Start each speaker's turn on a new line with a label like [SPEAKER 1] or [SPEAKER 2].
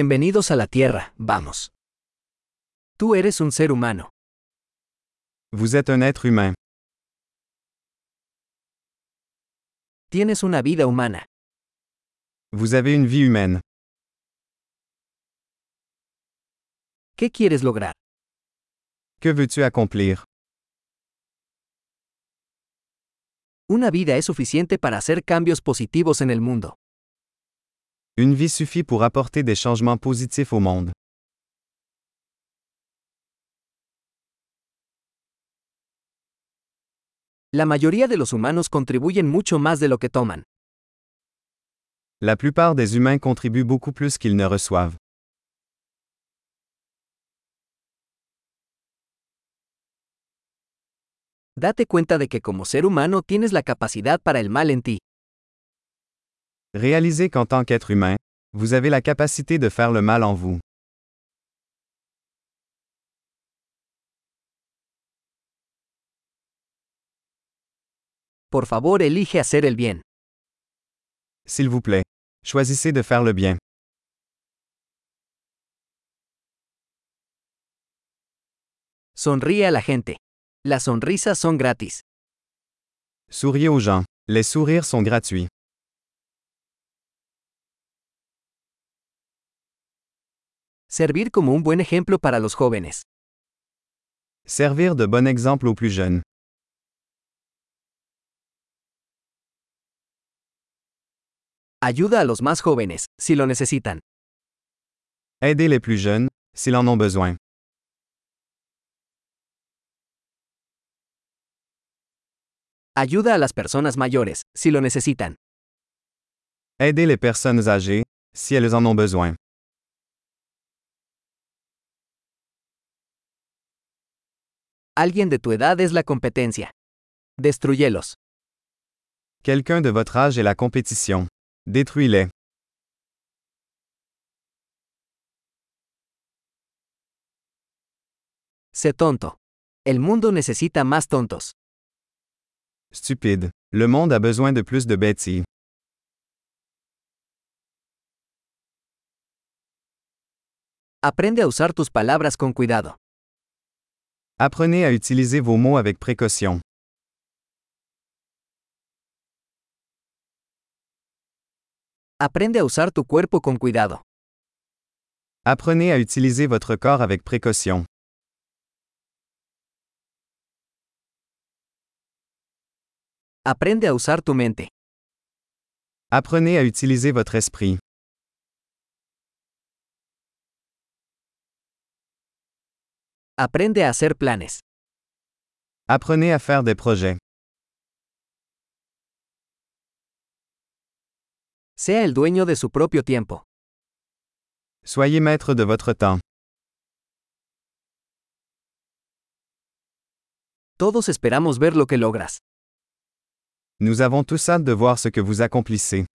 [SPEAKER 1] Bienvenidos a la Tierra, vamos. Tú eres un ser humano.
[SPEAKER 2] Vous êtes un être humain.
[SPEAKER 1] Tienes una vida humana.
[SPEAKER 2] Vous avez une vie humaine.
[SPEAKER 1] ¿Qué quieres lograr?
[SPEAKER 2] Que veux-tu accomplir
[SPEAKER 1] Una vida es suficiente para hacer cambios positivos en el mundo.
[SPEAKER 2] Une vie suffit pour apporter des changements positifs au monde.
[SPEAKER 1] La mayoría de los humanos contribuyen mucho más de lo que toman.
[SPEAKER 2] La plupart des humains contribuent beaucoup plus qu'ils ne reçoivent.
[SPEAKER 1] Date cuenta de que como ser humano tienes la capacidad para el mal en ti.
[SPEAKER 2] Réalisez qu'en tant qu'être humain, vous avez la capacité de faire le mal en vous.
[SPEAKER 1] Por favor, elige hacer el bien.
[SPEAKER 2] S'il vous plaît, choisissez de faire le bien.
[SPEAKER 1] Sonríe a la gente. Las sonrisas son gratis.
[SPEAKER 2] Souriez aux gens. Les sourires sont gratuits.
[SPEAKER 1] Servir como un buen ejemplo para los jóvenes.
[SPEAKER 2] Servir de bon exemple aux plus jeunes.
[SPEAKER 1] Ayuda a los más jóvenes, si lo necesitan.
[SPEAKER 2] Aidez les plus jeunes, s'ils en ont besoin.
[SPEAKER 1] Ayuda a las personas mayores, si lo necesitan.
[SPEAKER 2] Aidez les personnes âgées, si elles en ont besoin.
[SPEAKER 1] Alguien de tu edad es la competencia. Destruyelos.
[SPEAKER 2] Quelqu'un de votre âge est la compétition. Détruis-les.
[SPEAKER 1] Sé tonto. El mundo necesita más tontos.
[SPEAKER 2] Stupide. Le monde a besoin de plus de bêtises.
[SPEAKER 1] Aprende a usar tus palabras con cuidado.
[SPEAKER 2] Apprenez à utiliser vos mots avec précaution.
[SPEAKER 1] Aprende a usar tu cuerpo con cuidado.
[SPEAKER 2] Apprenez à utiliser votre corps avec précaution.
[SPEAKER 1] Aprende a usar tu mente.
[SPEAKER 2] Apprenez à utiliser votre esprit.
[SPEAKER 1] Aprende a hacer planes.
[SPEAKER 2] Apprenez à faire des projets.
[SPEAKER 1] Sea el dueño de su propio tiempo.
[SPEAKER 2] Soyez maître de votre temps.
[SPEAKER 1] Todos esperamos ver lo que logras.
[SPEAKER 2] Nous avons tous hâte de voir ce que vous accomplissez.